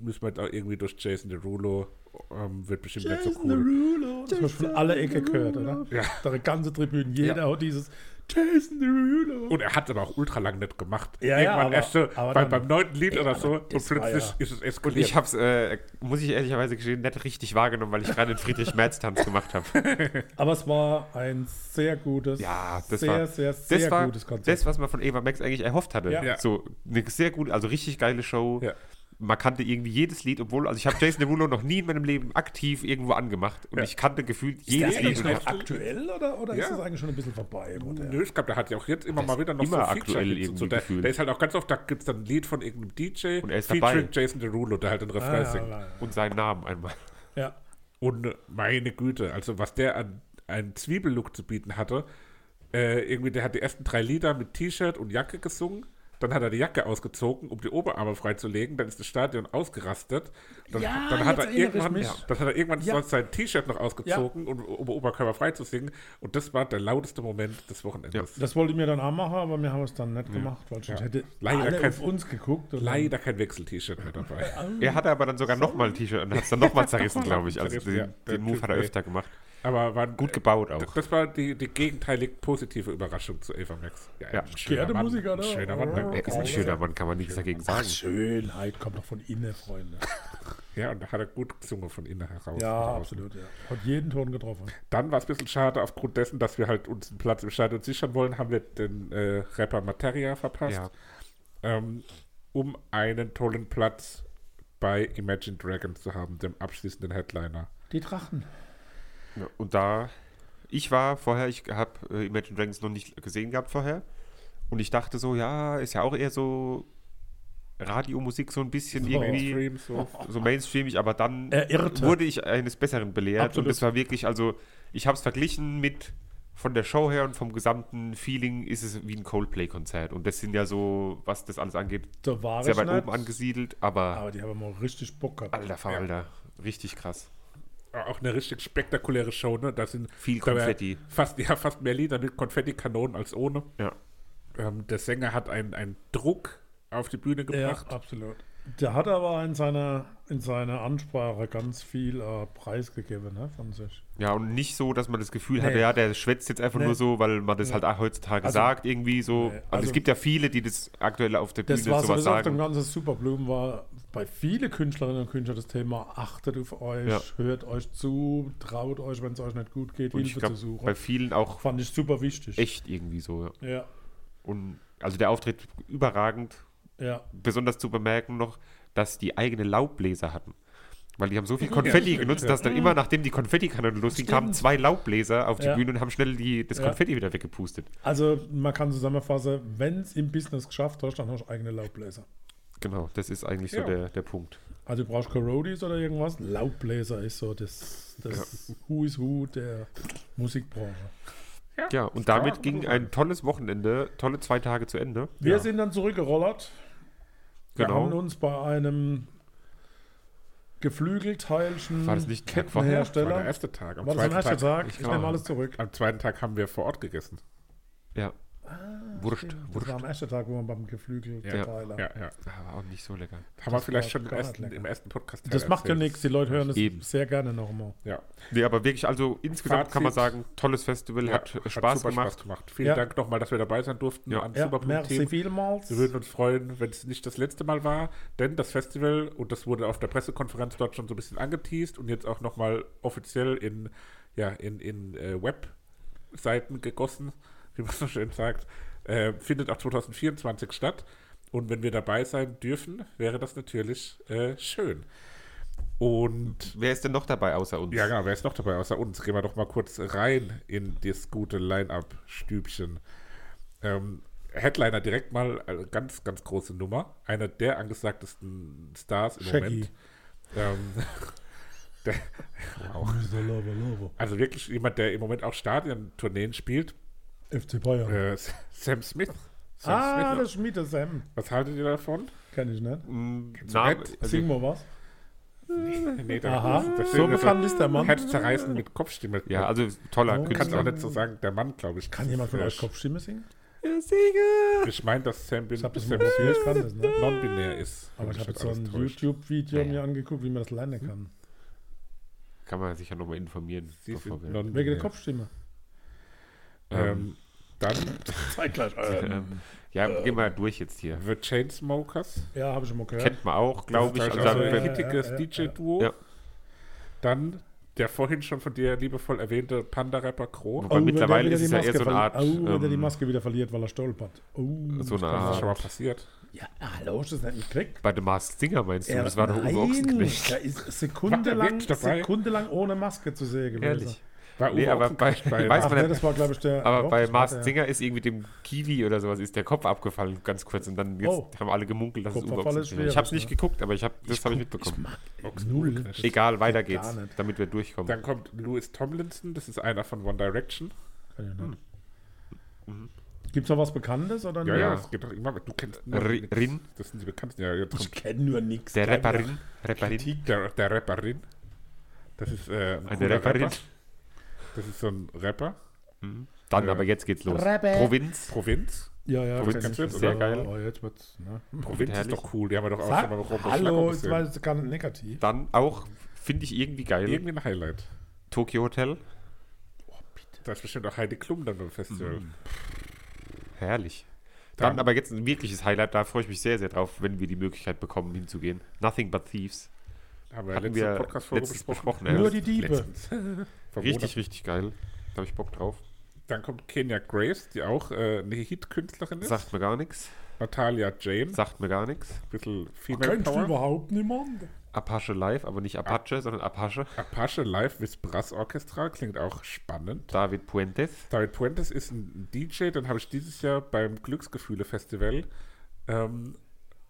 [SPEAKER 1] müssen wir jetzt auch irgendwie durch Jason Derulo, ähm, wird bestimmt nicht so cool.
[SPEAKER 2] Das hast du von aller Ecke gehört, oder?
[SPEAKER 1] Ja.
[SPEAKER 2] Da die ganze Tribüne, jeder
[SPEAKER 3] Ja.
[SPEAKER 2] hat dieses Jason Derulo.
[SPEAKER 1] Und er hat es aber auch ultra lang nicht gemacht.
[SPEAKER 2] Ja, ja,
[SPEAKER 1] Irgendwann
[SPEAKER 2] aber-
[SPEAKER 1] erst so
[SPEAKER 2] aber
[SPEAKER 1] bei,
[SPEAKER 2] dann-
[SPEAKER 1] beim neunten Lied
[SPEAKER 2] Ey,
[SPEAKER 1] oder
[SPEAKER 2] aber
[SPEAKER 1] so und
[SPEAKER 2] das war
[SPEAKER 1] plötzlich
[SPEAKER 2] ja-
[SPEAKER 1] ist es
[SPEAKER 3] Und
[SPEAKER 1] eskaliert.
[SPEAKER 3] ich hab's, äh, muss ich ehrlicherweise gestehen, nicht richtig wahrgenommen, weil ich gerade den Friedrich-Merz-Tanz gemacht habe.
[SPEAKER 2] Aber es war ein sehr gutes,
[SPEAKER 3] Ja, das
[SPEAKER 2] sehr,
[SPEAKER 3] war
[SPEAKER 2] sehr, sehr
[SPEAKER 3] das war
[SPEAKER 2] gutes Konzept.
[SPEAKER 3] das, was man von Eva Max eigentlich erhofft hatte.
[SPEAKER 2] Ja.
[SPEAKER 1] Ja.
[SPEAKER 3] So eine sehr gute, also richtig geile Show.
[SPEAKER 1] Ja.
[SPEAKER 3] Man kannte irgendwie jedes Lied, obwohl, also ich habe Jason Derulo noch nie in meinem Leben aktiv irgendwo angemacht und
[SPEAKER 1] Ja.
[SPEAKER 3] ich kannte gefühlt
[SPEAKER 2] Der
[SPEAKER 3] jedes
[SPEAKER 2] ist
[SPEAKER 3] Lied.
[SPEAKER 2] eigentlich noch aktuell oder, oder ist
[SPEAKER 1] Ja.
[SPEAKER 2] das eigentlich schon ein bisschen vorbei? Oder?
[SPEAKER 1] Nö, ich glaube, der hat ja auch jetzt immer mal wieder noch
[SPEAKER 3] immer
[SPEAKER 1] so Feature
[SPEAKER 3] aktuell
[SPEAKER 1] Hits und so.
[SPEAKER 3] irgendwie
[SPEAKER 1] Der,
[SPEAKER 3] gefühlt.
[SPEAKER 1] der ist halt auch ganz oft, da gibt es dann ein Lied von irgendeinem DJ
[SPEAKER 3] Und er ist
[SPEAKER 1] featuring
[SPEAKER 3] dabei.
[SPEAKER 1] Jason Derulo, der halt den
[SPEAKER 2] Ah,
[SPEAKER 1] Refrain
[SPEAKER 2] ja,
[SPEAKER 1] singt.
[SPEAKER 2] ja, ja.
[SPEAKER 3] Und seinen Namen einmal.
[SPEAKER 2] ja.
[SPEAKER 1] Und meine Güte, also was der an einen Zwiebellook zu bieten hatte, äh, irgendwie, der hat die ersten drei Lieder mit T-Shirt und Jacke gesungen. Dann hat er die Jacke ausgezogen, um die Oberarme freizulegen. Dann ist das Stadion ausgerastet. Dann,
[SPEAKER 2] Ja,
[SPEAKER 1] dann, hat,
[SPEAKER 2] jetzt
[SPEAKER 1] er
[SPEAKER 2] erinnere ich
[SPEAKER 1] irgendwann,
[SPEAKER 2] mich.
[SPEAKER 1] ja, dann hat er irgendwann
[SPEAKER 2] Ja.
[SPEAKER 1] sonst sein T-Shirt noch ausgezogen, um, um Oberkörper freizusingen. Und das war der lauteste Moment des Wochenendes.
[SPEAKER 2] Das wollte ich mir dann auch machen, aber wir haben es dann nicht gemacht, weil ich hätte
[SPEAKER 1] Leider
[SPEAKER 2] alle
[SPEAKER 1] kein-
[SPEAKER 2] auf uns geguckt. und
[SPEAKER 1] Leider kein Wechsel-T-Shirt mehr dabei.
[SPEAKER 3] Er hatte aber dann sogar nochmal ein T-Shirt und hat es dann nochmal zerrissen, glaube ich. Also
[SPEAKER 1] Zerrissen,
[SPEAKER 3] den,
[SPEAKER 1] ja. Der
[SPEAKER 3] den Move
[SPEAKER 1] Typ,
[SPEAKER 3] hat er
[SPEAKER 1] ey.
[SPEAKER 3] öfter gemacht.
[SPEAKER 1] Aber waren
[SPEAKER 3] Gut gebaut auch.
[SPEAKER 1] Das war die, die gegenteilig positive Überraschung zu Ava Max.
[SPEAKER 3] Ja.
[SPEAKER 1] ein schöner
[SPEAKER 2] Gerne
[SPEAKER 1] Mann,
[SPEAKER 2] Musiker,
[SPEAKER 1] ein
[SPEAKER 2] ne?
[SPEAKER 1] Schöner Mann. Ne?
[SPEAKER 3] Er ist ein schöner Mann, kann man nichts dagegen
[SPEAKER 2] Ach,
[SPEAKER 3] sagen.
[SPEAKER 2] Schönheit kommt doch von innen, Freunde.
[SPEAKER 1] Ja, und da hat er gut gesungen von innen heraus.
[SPEAKER 2] Ja,
[SPEAKER 1] Von außen.
[SPEAKER 2] absolut. Ja. Hat jeden Ton getroffen.
[SPEAKER 1] Dann war es ein bisschen schade, aufgrund dessen, dass wir halt uns einen Platz im Stadion sichern wollen, haben wir den äh, Rapper Materia verpasst,
[SPEAKER 3] Ja.
[SPEAKER 1] ähm, um einen tollen Platz bei Imagine Dragons zu haben, dem abschließenden Headliner.
[SPEAKER 2] Die Drachen.
[SPEAKER 3] Ja, Und da, ich war vorher, ich habe äh, Imagine Dragons noch nicht gesehen gehabt vorher. Und ich dachte so, ja, ist ja auch eher so Radiomusik so ein bisschen irgendwie,
[SPEAKER 1] Streams, so.
[SPEAKER 3] so mainstreamig, aber dann
[SPEAKER 2] Er irrte.
[SPEAKER 3] wurde ich eines Besseren belehrt.
[SPEAKER 2] Absolut.
[SPEAKER 3] Und es war wirklich, also ich habe es verglichen mit von der Show her und vom gesamten Feeling ist es wie ein Coldplay-Konzert. Und das sind ja so, was das alles angeht,
[SPEAKER 2] Da war
[SPEAKER 3] sehr
[SPEAKER 2] ich
[SPEAKER 3] weit
[SPEAKER 2] nicht,
[SPEAKER 3] oben angesiedelt, aber
[SPEAKER 2] Aber die haben mal richtig Bock gehabt.
[SPEAKER 3] alter Verwalter, richtig krass.
[SPEAKER 1] Äh, Auch eine richtig spektakuläre Show, ne? Da sind
[SPEAKER 3] Viel
[SPEAKER 1] da wär
[SPEAKER 3] Konfetti.
[SPEAKER 1] Fast, ja, fast mehr Lieder mit Konfettikanonen als ohne.
[SPEAKER 3] Ja.
[SPEAKER 1] Ähm, der Sänger hat einen, einen Druck auf die Bühne
[SPEAKER 2] Ja,
[SPEAKER 1] gebracht.
[SPEAKER 2] absolut. Der hat aber in seiner, in seiner Ansprache ganz viel äh, preisgegeben ne, von sich.
[SPEAKER 3] Ja, und nicht so, dass man das Gefühl hatte,
[SPEAKER 2] Nee.
[SPEAKER 3] ja, der schwätzt jetzt einfach
[SPEAKER 2] Nee.
[SPEAKER 3] nur so, weil man das halt auch heutzutage
[SPEAKER 2] Also-
[SPEAKER 3] sagt, irgendwie so.
[SPEAKER 2] Nee,
[SPEAKER 3] Also,
[SPEAKER 2] also-
[SPEAKER 3] es gibt ja viele, die das aktuell auf der Bühne
[SPEAKER 2] Das war
[SPEAKER 3] sowas
[SPEAKER 2] sowieso auf dem
[SPEAKER 3] sagen.
[SPEAKER 2] ganzen Superblumen war bei vielen Künstlerinnen und Künstlern das Thema, achtet auf euch,
[SPEAKER 3] Ja.
[SPEAKER 2] hört euch zu, traut euch, wenn es euch nicht gut geht,
[SPEAKER 3] Und ich
[SPEAKER 2] Hilfe
[SPEAKER 3] glaube,
[SPEAKER 2] zu suchen.
[SPEAKER 3] bei vielen auch
[SPEAKER 2] Fand ich super wichtig.
[SPEAKER 3] echt irgendwie so. ja.
[SPEAKER 2] Ja,
[SPEAKER 3] Und also der Auftritt überragend,
[SPEAKER 2] ja.
[SPEAKER 3] besonders zu bemerken noch, dass die eigene Laubbläser hatten. Weil die haben so viel Konfetti
[SPEAKER 1] stimmt,
[SPEAKER 3] genutzt,
[SPEAKER 1] ja.
[SPEAKER 3] dass dann immer, nachdem die Konfettikanone losging, kamen zwei Laubbläser auf die
[SPEAKER 2] Mhm. Ja.
[SPEAKER 3] Bühne und haben schnell die, das
[SPEAKER 2] Ja.
[SPEAKER 3] Konfetti wieder weggepustet.
[SPEAKER 2] Also man kann zusammenfassen, wenn es im Business geschafft hast, dann hast du eigene Laubbläser.
[SPEAKER 3] Genau, das ist eigentlich
[SPEAKER 1] Ja.
[SPEAKER 3] so der, der Punkt.
[SPEAKER 2] Also du brauchst keine Roadies oder irgendwas. Laubbläser ist so das, das Who is Who der Musikbranche.
[SPEAKER 3] Ja,
[SPEAKER 1] kann
[SPEAKER 3] und damit
[SPEAKER 1] man
[SPEAKER 3] ging
[SPEAKER 1] so
[SPEAKER 3] ein tolles Wochenende, tolle zwei Tage zu Ende.
[SPEAKER 2] Wir
[SPEAKER 1] Ja.
[SPEAKER 2] sind dann zurückgerollert. Wir
[SPEAKER 3] Genau.
[SPEAKER 2] haben uns bei einem Geflügelteilchen
[SPEAKER 3] War das nicht ein Tag
[SPEAKER 1] Das war der
[SPEAKER 2] Kettenhersteller.
[SPEAKER 1] erste Tag. Am,
[SPEAKER 2] War das am
[SPEAKER 1] zweiten
[SPEAKER 2] ersten
[SPEAKER 1] Tag,
[SPEAKER 2] Tag? Ich
[SPEAKER 3] glaub-
[SPEAKER 2] nehme alles zurück.
[SPEAKER 1] am zweiten Tag haben wir vor Ort gegessen.
[SPEAKER 3] Ja.
[SPEAKER 1] Ah,
[SPEAKER 3] Wurscht,
[SPEAKER 2] Das
[SPEAKER 3] Wurscht.
[SPEAKER 2] war am ersten Tag, wo wir beim Geflügelteiler.
[SPEAKER 1] Ja, ja.
[SPEAKER 3] Ah, War auch nicht so lecker.
[SPEAKER 1] Haben wir vielleicht
[SPEAKER 2] war
[SPEAKER 1] schon im
[SPEAKER 2] gar nicht
[SPEAKER 1] ersten,
[SPEAKER 2] lecker.
[SPEAKER 1] im ersten Podcast
[SPEAKER 2] Das macht ja
[SPEAKER 1] erzählt.
[SPEAKER 2] nichts. Die Leute hören es
[SPEAKER 3] Eben.
[SPEAKER 2] sehr gerne nochmal.
[SPEAKER 1] Ja,
[SPEAKER 3] Nee, aber wirklich, also insgesamt kann man
[SPEAKER 1] Fazit.
[SPEAKER 3] sagen, tolles Festival,
[SPEAKER 1] ja,
[SPEAKER 3] hat, äh, Spaß
[SPEAKER 1] super
[SPEAKER 3] gemacht.
[SPEAKER 1] Spaß gemacht. Vielen
[SPEAKER 2] Ja.
[SPEAKER 1] Dank nochmal, dass wir dabei sein durften
[SPEAKER 3] Ja.
[SPEAKER 1] an
[SPEAKER 2] Ja, merci
[SPEAKER 1] Superblumen-Team.
[SPEAKER 2] vielmals.
[SPEAKER 1] Wir würden uns freuen, wenn es nicht das letzte Mal war, denn das Festival, und das wurde auf der Pressekonferenz dort schon so ein bisschen angeteased und jetzt auch nochmal offiziell in, ja, in, in äh, Webseiten gegossen, wie man so schön sagt, äh, findet auch 2024 statt. Und wenn wir dabei sein dürfen, wäre das natürlich äh, schön. Und
[SPEAKER 3] Wer ist denn noch dabei außer uns?
[SPEAKER 1] ja, genau, wer ist noch dabei außer uns? Gehen wir doch mal kurz rein in das gute Line-Up-Stübchen. Ähm, Headliner direkt mal äh, ganz, ganz große Nummer. Einer der angesagtesten Stars im
[SPEAKER 2] Shaggy.
[SPEAKER 1] Moment. Ähm, der, wow.
[SPEAKER 2] Lava, Lava.
[SPEAKER 1] Also wirklich jemand, der im Moment auch Stadiontourneen spielt.
[SPEAKER 2] FC Bayern.
[SPEAKER 1] Äh, Sam Smith. Sam
[SPEAKER 2] ah,
[SPEAKER 1] Smith.
[SPEAKER 2] das Schmiede Sam.
[SPEAKER 1] Was haltet ihr davon?
[SPEAKER 2] Kenn ich nicht.
[SPEAKER 3] Mm,
[SPEAKER 1] Kennst du
[SPEAKER 3] Name,
[SPEAKER 1] Red?
[SPEAKER 3] also,
[SPEAKER 2] Sing mal was.
[SPEAKER 1] Nee, da-
[SPEAKER 2] Aha,
[SPEAKER 1] das-
[SPEAKER 2] so
[SPEAKER 1] das-
[SPEAKER 2] bekannt ist der Mann.
[SPEAKER 1] Herzzerreißend mit Kopfstimme.
[SPEAKER 3] ja, also toller
[SPEAKER 2] Oh.
[SPEAKER 1] du kannst auch
[SPEAKER 3] Künstler.
[SPEAKER 1] nicht so sagen, der Mann, glaube ich.
[SPEAKER 2] Kann jemand von
[SPEAKER 1] Äh,
[SPEAKER 2] euch Kopfstimme singen?
[SPEAKER 1] Ich meine, dass Sam, bin,
[SPEAKER 2] Ich habe das
[SPEAKER 1] Sam
[SPEAKER 2] mal probiert,
[SPEAKER 1] Smith
[SPEAKER 2] ich kann das, ne?
[SPEAKER 1] non-binär ist.
[SPEAKER 2] Aber ich
[SPEAKER 1] Wenn
[SPEAKER 2] habe
[SPEAKER 1] mich
[SPEAKER 2] jetzt so
[SPEAKER 1] alles
[SPEAKER 2] ein
[SPEAKER 1] täuscht.
[SPEAKER 2] YouTube-Video
[SPEAKER 3] Ja, ja.
[SPEAKER 2] mir angeguckt, wie man das lernen kann.
[SPEAKER 3] Kann man sich Hm. ja nochmal informieren.
[SPEAKER 1] Sie
[SPEAKER 3] bevor
[SPEAKER 1] sind
[SPEAKER 3] wir-
[SPEAKER 1] non
[SPEAKER 2] Wegen der Kopfstimme.
[SPEAKER 1] Ähm, Dann
[SPEAKER 2] Zeitgleich. Ähm,
[SPEAKER 3] Ähm, ja, gehen wir durch jetzt hier.
[SPEAKER 1] The Chainsmokers.
[SPEAKER 2] ja, habe ich schon mal gehört.
[SPEAKER 3] Kennt man auch, glaube ich.
[SPEAKER 1] Das ist
[SPEAKER 3] Also,
[SPEAKER 1] also ein
[SPEAKER 2] ja,
[SPEAKER 3] wenn-
[SPEAKER 2] ja,
[SPEAKER 1] hittiges
[SPEAKER 2] ja, ja.
[SPEAKER 1] DJ-Duo.
[SPEAKER 3] Ja.
[SPEAKER 1] Dann der vorhin schon von dir liebevoll erwähnte Panda-Rapper Crow.
[SPEAKER 3] Oh, Weil
[SPEAKER 2] wenn der
[SPEAKER 3] mittlerweile
[SPEAKER 2] wieder
[SPEAKER 3] ist
[SPEAKER 2] die
[SPEAKER 3] es ja
[SPEAKER 2] Maske
[SPEAKER 3] eher so eine
[SPEAKER 2] verli-
[SPEAKER 3] Art,
[SPEAKER 2] Oh, wenn der die
[SPEAKER 3] ähm, Also
[SPEAKER 2] Maske wieder verliert, weil er stolpert. Oh,
[SPEAKER 3] So
[SPEAKER 2] das
[SPEAKER 3] eine
[SPEAKER 2] kann
[SPEAKER 1] Das ist
[SPEAKER 3] Art-
[SPEAKER 2] sein.
[SPEAKER 1] schon mal passiert.
[SPEAKER 2] Ja, hallo, ist das nicht mitgekriegt?
[SPEAKER 3] Bei The Masked Singer meinst du,
[SPEAKER 2] Ja,
[SPEAKER 3] das war doch Uwe
[SPEAKER 2] nein,
[SPEAKER 3] Ochsenknecht.
[SPEAKER 2] da ist
[SPEAKER 1] War der
[SPEAKER 2] sekundenlang,
[SPEAKER 1] wirklich dabei?
[SPEAKER 2] sekundenlang ohne Maske zu sehen gewesen.
[SPEAKER 3] Ehrlich.
[SPEAKER 1] War
[SPEAKER 3] Nee,
[SPEAKER 1] Uwe
[SPEAKER 3] aber bei-
[SPEAKER 1] Ochsenknecht bei,
[SPEAKER 3] weiß
[SPEAKER 2] Ach,
[SPEAKER 3] man
[SPEAKER 2] nee,
[SPEAKER 3] ja-
[SPEAKER 2] das war, glaube ich, der.
[SPEAKER 3] Aber
[SPEAKER 2] doch,
[SPEAKER 3] bei
[SPEAKER 2] das war
[SPEAKER 3] Mars
[SPEAKER 2] der
[SPEAKER 3] Singer ist irgendwie dem Kiwi oder sowas ist der Kopf abgefallen, ganz kurz. Und dann jetzt
[SPEAKER 2] Oh.
[SPEAKER 3] haben alle gemunkelt, dass es
[SPEAKER 2] Kopfabfall
[SPEAKER 3] Uwe Ochsenknecht
[SPEAKER 2] ist ne?
[SPEAKER 3] ist. Ich habe es
[SPEAKER 2] schwierig,
[SPEAKER 3] nicht geguckt, aber ich hab, das habe ich mitbekommen.
[SPEAKER 2] Null.
[SPEAKER 3] Egal, weiter
[SPEAKER 2] Gar
[SPEAKER 3] geht's,
[SPEAKER 2] nicht.
[SPEAKER 3] damit wir durchkommen.
[SPEAKER 1] Dann kommt Louis Tomlinson, das ist einer von One Direction.
[SPEAKER 2] Gibt es noch was Bekanntes? Oder
[SPEAKER 1] Ja,
[SPEAKER 2] nicht?
[SPEAKER 1] ja,
[SPEAKER 3] Mhm. Ja.
[SPEAKER 1] es gibt doch immer, du kennst nur
[SPEAKER 3] Ri-
[SPEAKER 1] nix.
[SPEAKER 3] Rin,
[SPEAKER 1] Das sind die bekannten, ja, jetzt
[SPEAKER 2] Ich
[SPEAKER 1] kommt
[SPEAKER 2] kenne nur nichts.
[SPEAKER 3] der Rapperin, Rapperin,
[SPEAKER 1] Kritik der, der Rapperin. Das ist äh, ein
[SPEAKER 3] eine
[SPEAKER 1] cooler
[SPEAKER 3] Rapperin.
[SPEAKER 1] Rapper. Das ist so ein Rapper,
[SPEAKER 3] Dann
[SPEAKER 1] Ja.
[SPEAKER 3] aber jetzt geht's los.
[SPEAKER 2] Rapper.
[SPEAKER 3] Provinz.
[SPEAKER 1] Provinz.
[SPEAKER 2] Ja, ja,
[SPEAKER 1] Provinz
[SPEAKER 2] kenn
[SPEAKER 1] kennst
[SPEAKER 2] ich.
[SPEAKER 1] du jetzt, Sehr
[SPEAKER 3] oder? geil.
[SPEAKER 2] Oh, jetzt wird's. Ne?
[SPEAKER 1] Provinz
[SPEAKER 3] Hm, Herrlich.
[SPEAKER 1] ist doch cool, die haben wir doch auch schon mal
[SPEAKER 2] Sag,
[SPEAKER 1] rum-
[SPEAKER 2] hallo,
[SPEAKER 1] gesehen.
[SPEAKER 2] jetzt war es gar nicht negativ.
[SPEAKER 3] Dann auch, finde ich irgendwie geil,
[SPEAKER 1] Irgendwie ein Highlight.
[SPEAKER 3] Tokyo Hotel.
[SPEAKER 1] Da ist bestimmt auch Heidi Klum dann beim Festival.
[SPEAKER 3] Mhm. Herrlich. Dann
[SPEAKER 1] Dann-
[SPEAKER 3] aber jetzt ein wirkliches Highlight, da freue ich mich sehr, sehr drauf, wenn wir die Möglichkeit bekommen, hinzugehen. Nothing but Thieves.
[SPEAKER 1] Haben wir ja
[SPEAKER 3] Hatten
[SPEAKER 1] letzte
[SPEAKER 3] wir
[SPEAKER 1] Podcast-Folge
[SPEAKER 3] letztens
[SPEAKER 1] besprochen.
[SPEAKER 3] besprochen. ja.
[SPEAKER 2] Nur die Diebe.
[SPEAKER 1] Letztens. Vor
[SPEAKER 3] Richtig, richtig geil. Da habe ich Bock drauf.
[SPEAKER 1] Monaten. Dann kommt Kenya Grace, die auch äh, eine Hit-Künstlerin ist.
[SPEAKER 3] Sagt mir gar nichts.
[SPEAKER 1] Natalia Jane,
[SPEAKER 3] Sagt mir gar nichts.
[SPEAKER 1] ein bisschen Female
[SPEAKER 2] Kennst du
[SPEAKER 1] Power.
[SPEAKER 2] überhaupt niemanden?
[SPEAKER 3] Apache Live, aber nicht Apache, sondern Apache.
[SPEAKER 1] Apache Live with Brass Orchestra klingt auch spannend.
[SPEAKER 3] David Puentes.
[SPEAKER 1] David Puentes ist ein DJ, den habe ich dieses Jahr beim Glücksgefühle-Festival, ähm,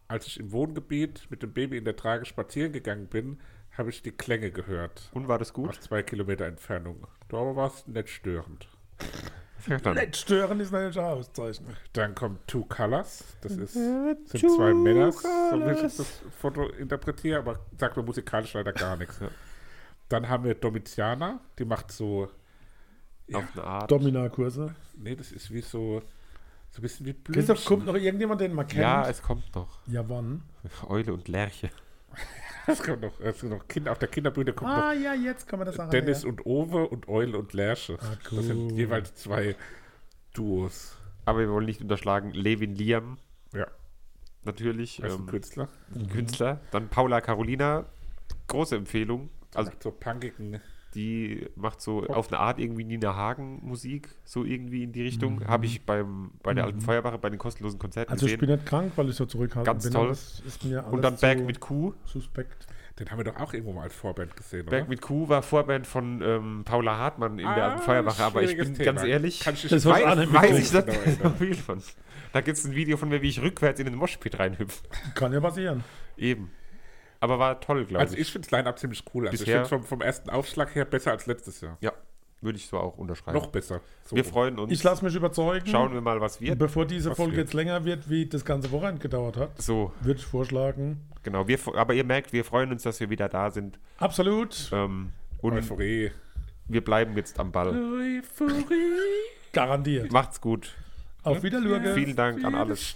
[SPEAKER 1] als ich im Wohngebiet mit dem Baby in der Trage spazieren gegangen bin, habe ich die Klänge gehört.
[SPEAKER 3] Und war das gut?
[SPEAKER 1] Aus zwei Kilometer Entfernung. Da war es nicht störend.
[SPEAKER 3] Dann.
[SPEAKER 2] Nicht stören ist eine Auszeichnung.
[SPEAKER 1] Dann kommt Two Colors. Das ist, sind zwei Männer, so wie ich jetzt das Foto interpretiere, aber sagt mir musikalisch leider gar nichts.
[SPEAKER 3] Ja.
[SPEAKER 1] Dann haben wir Domitiana, die macht so
[SPEAKER 3] Auf eine Art.
[SPEAKER 2] Domina-Kurse.
[SPEAKER 1] Nee, das ist wie so, so ein bisschen wie Blümchen.
[SPEAKER 2] Christoph, kommt noch irgendjemand, den man kennt?
[SPEAKER 3] Ja, es kommt noch.
[SPEAKER 2] ja wann?
[SPEAKER 3] Eule und Lerche.
[SPEAKER 1] Es kommt noch, es sind noch Kinder, auf der Kinderbühne kommt
[SPEAKER 2] Ah, ja, jetzt kann man das
[SPEAKER 1] noch
[SPEAKER 2] sagen.
[SPEAKER 1] Dennis
[SPEAKER 2] ja.
[SPEAKER 1] und Owe und Eule und Lärsche.
[SPEAKER 2] Ah,
[SPEAKER 1] Das sind
[SPEAKER 2] cool.
[SPEAKER 1] jeweils zwei Duos.
[SPEAKER 3] Aber wir wollen nicht unterschlagen. Levin Liam,
[SPEAKER 1] Ja,
[SPEAKER 3] natürlich.
[SPEAKER 1] das ist ein
[SPEAKER 3] Ähm,
[SPEAKER 1] Künstler.
[SPEAKER 3] Künstler. Dann Paula Carolina. Große Empfehlung.
[SPEAKER 1] Also
[SPEAKER 3] Also
[SPEAKER 1] so punkigen.
[SPEAKER 3] die macht so auf eine Art irgendwie Nina Hagen Musik, so irgendwie in die Richtung. Habe ich beim, bei der alten Feuerwache bei den kostenlosen Konzerten
[SPEAKER 2] Also ich
[SPEAKER 3] gesehen.
[SPEAKER 2] bin nicht krank, weil ich so zurückhaltend
[SPEAKER 3] Ganz
[SPEAKER 2] bin.
[SPEAKER 3] toll.
[SPEAKER 2] aber das Ist mir alles
[SPEAKER 3] Und dann Berg
[SPEAKER 2] zu
[SPEAKER 3] mit Kuh.
[SPEAKER 2] Suspekt.
[SPEAKER 1] Den haben wir doch auch irgendwo mal als Vorband gesehen,
[SPEAKER 3] Berg
[SPEAKER 1] oder?
[SPEAKER 3] mit Kuh war Vorband von ähm, Paula Hartmann in der
[SPEAKER 1] Ah,
[SPEAKER 3] alten Feuerwache, aber ich bin
[SPEAKER 1] schwieriges
[SPEAKER 3] ganz
[SPEAKER 1] Thema.
[SPEAKER 3] ehrlich,
[SPEAKER 1] Kann ich dich
[SPEAKER 2] Das
[SPEAKER 1] nicht
[SPEAKER 2] war- auch
[SPEAKER 3] weiß,
[SPEAKER 2] nicht
[SPEAKER 3] weiß
[SPEAKER 1] mitbekommen,
[SPEAKER 3] ich das nicht
[SPEAKER 1] genau,
[SPEAKER 3] so viel von. Da gibt es ein Video von mir, wie ich rückwärts in den Moshpit reinhüpfe.
[SPEAKER 2] Kann ja passieren.
[SPEAKER 3] Eben. Aber war toll, glaube
[SPEAKER 1] Also
[SPEAKER 3] ich.
[SPEAKER 1] ich finde das Line-Up ziemlich cool. Also
[SPEAKER 3] Bisher-
[SPEAKER 1] ich finde vom, vom ersten Aufschlag her besser als letztes Jahr.
[SPEAKER 3] Ja, würde ich so auch unterschreiben.
[SPEAKER 1] Noch besser. So
[SPEAKER 3] Ah, Wir
[SPEAKER 1] rum.
[SPEAKER 3] freuen uns.
[SPEAKER 2] Ich lasse mich überzeugen.
[SPEAKER 3] Schauen wir mal, was wir.
[SPEAKER 2] Bevor diese
[SPEAKER 3] Was
[SPEAKER 2] Folge
[SPEAKER 3] wir-
[SPEAKER 2] jetzt länger wird, wie das ganze Wochenende gedauert hat,
[SPEAKER 3] So,
[SPEAKER 2] würde ich vorschlagen.
[SPEAKER 3] genau. Wir, aber ihr merkt, wir freuen uns, dass wir wieder da sind.
[SPEAKER 2] Absolut.
[SPEAKER 3] Ähm, und
[SPEAKER 1] Euphorie.
[SPEAKER 3] wir bleiben jetzt am Ball.
[SPEAKER 1] Euphorie.
[SPEAKER 2] Garantiert.
[SPEAKER 3] Macht's gut.
[SPEAKER 2] Auf Wiedersehen.
[SPEAKER 3] Vielen Dank an alles.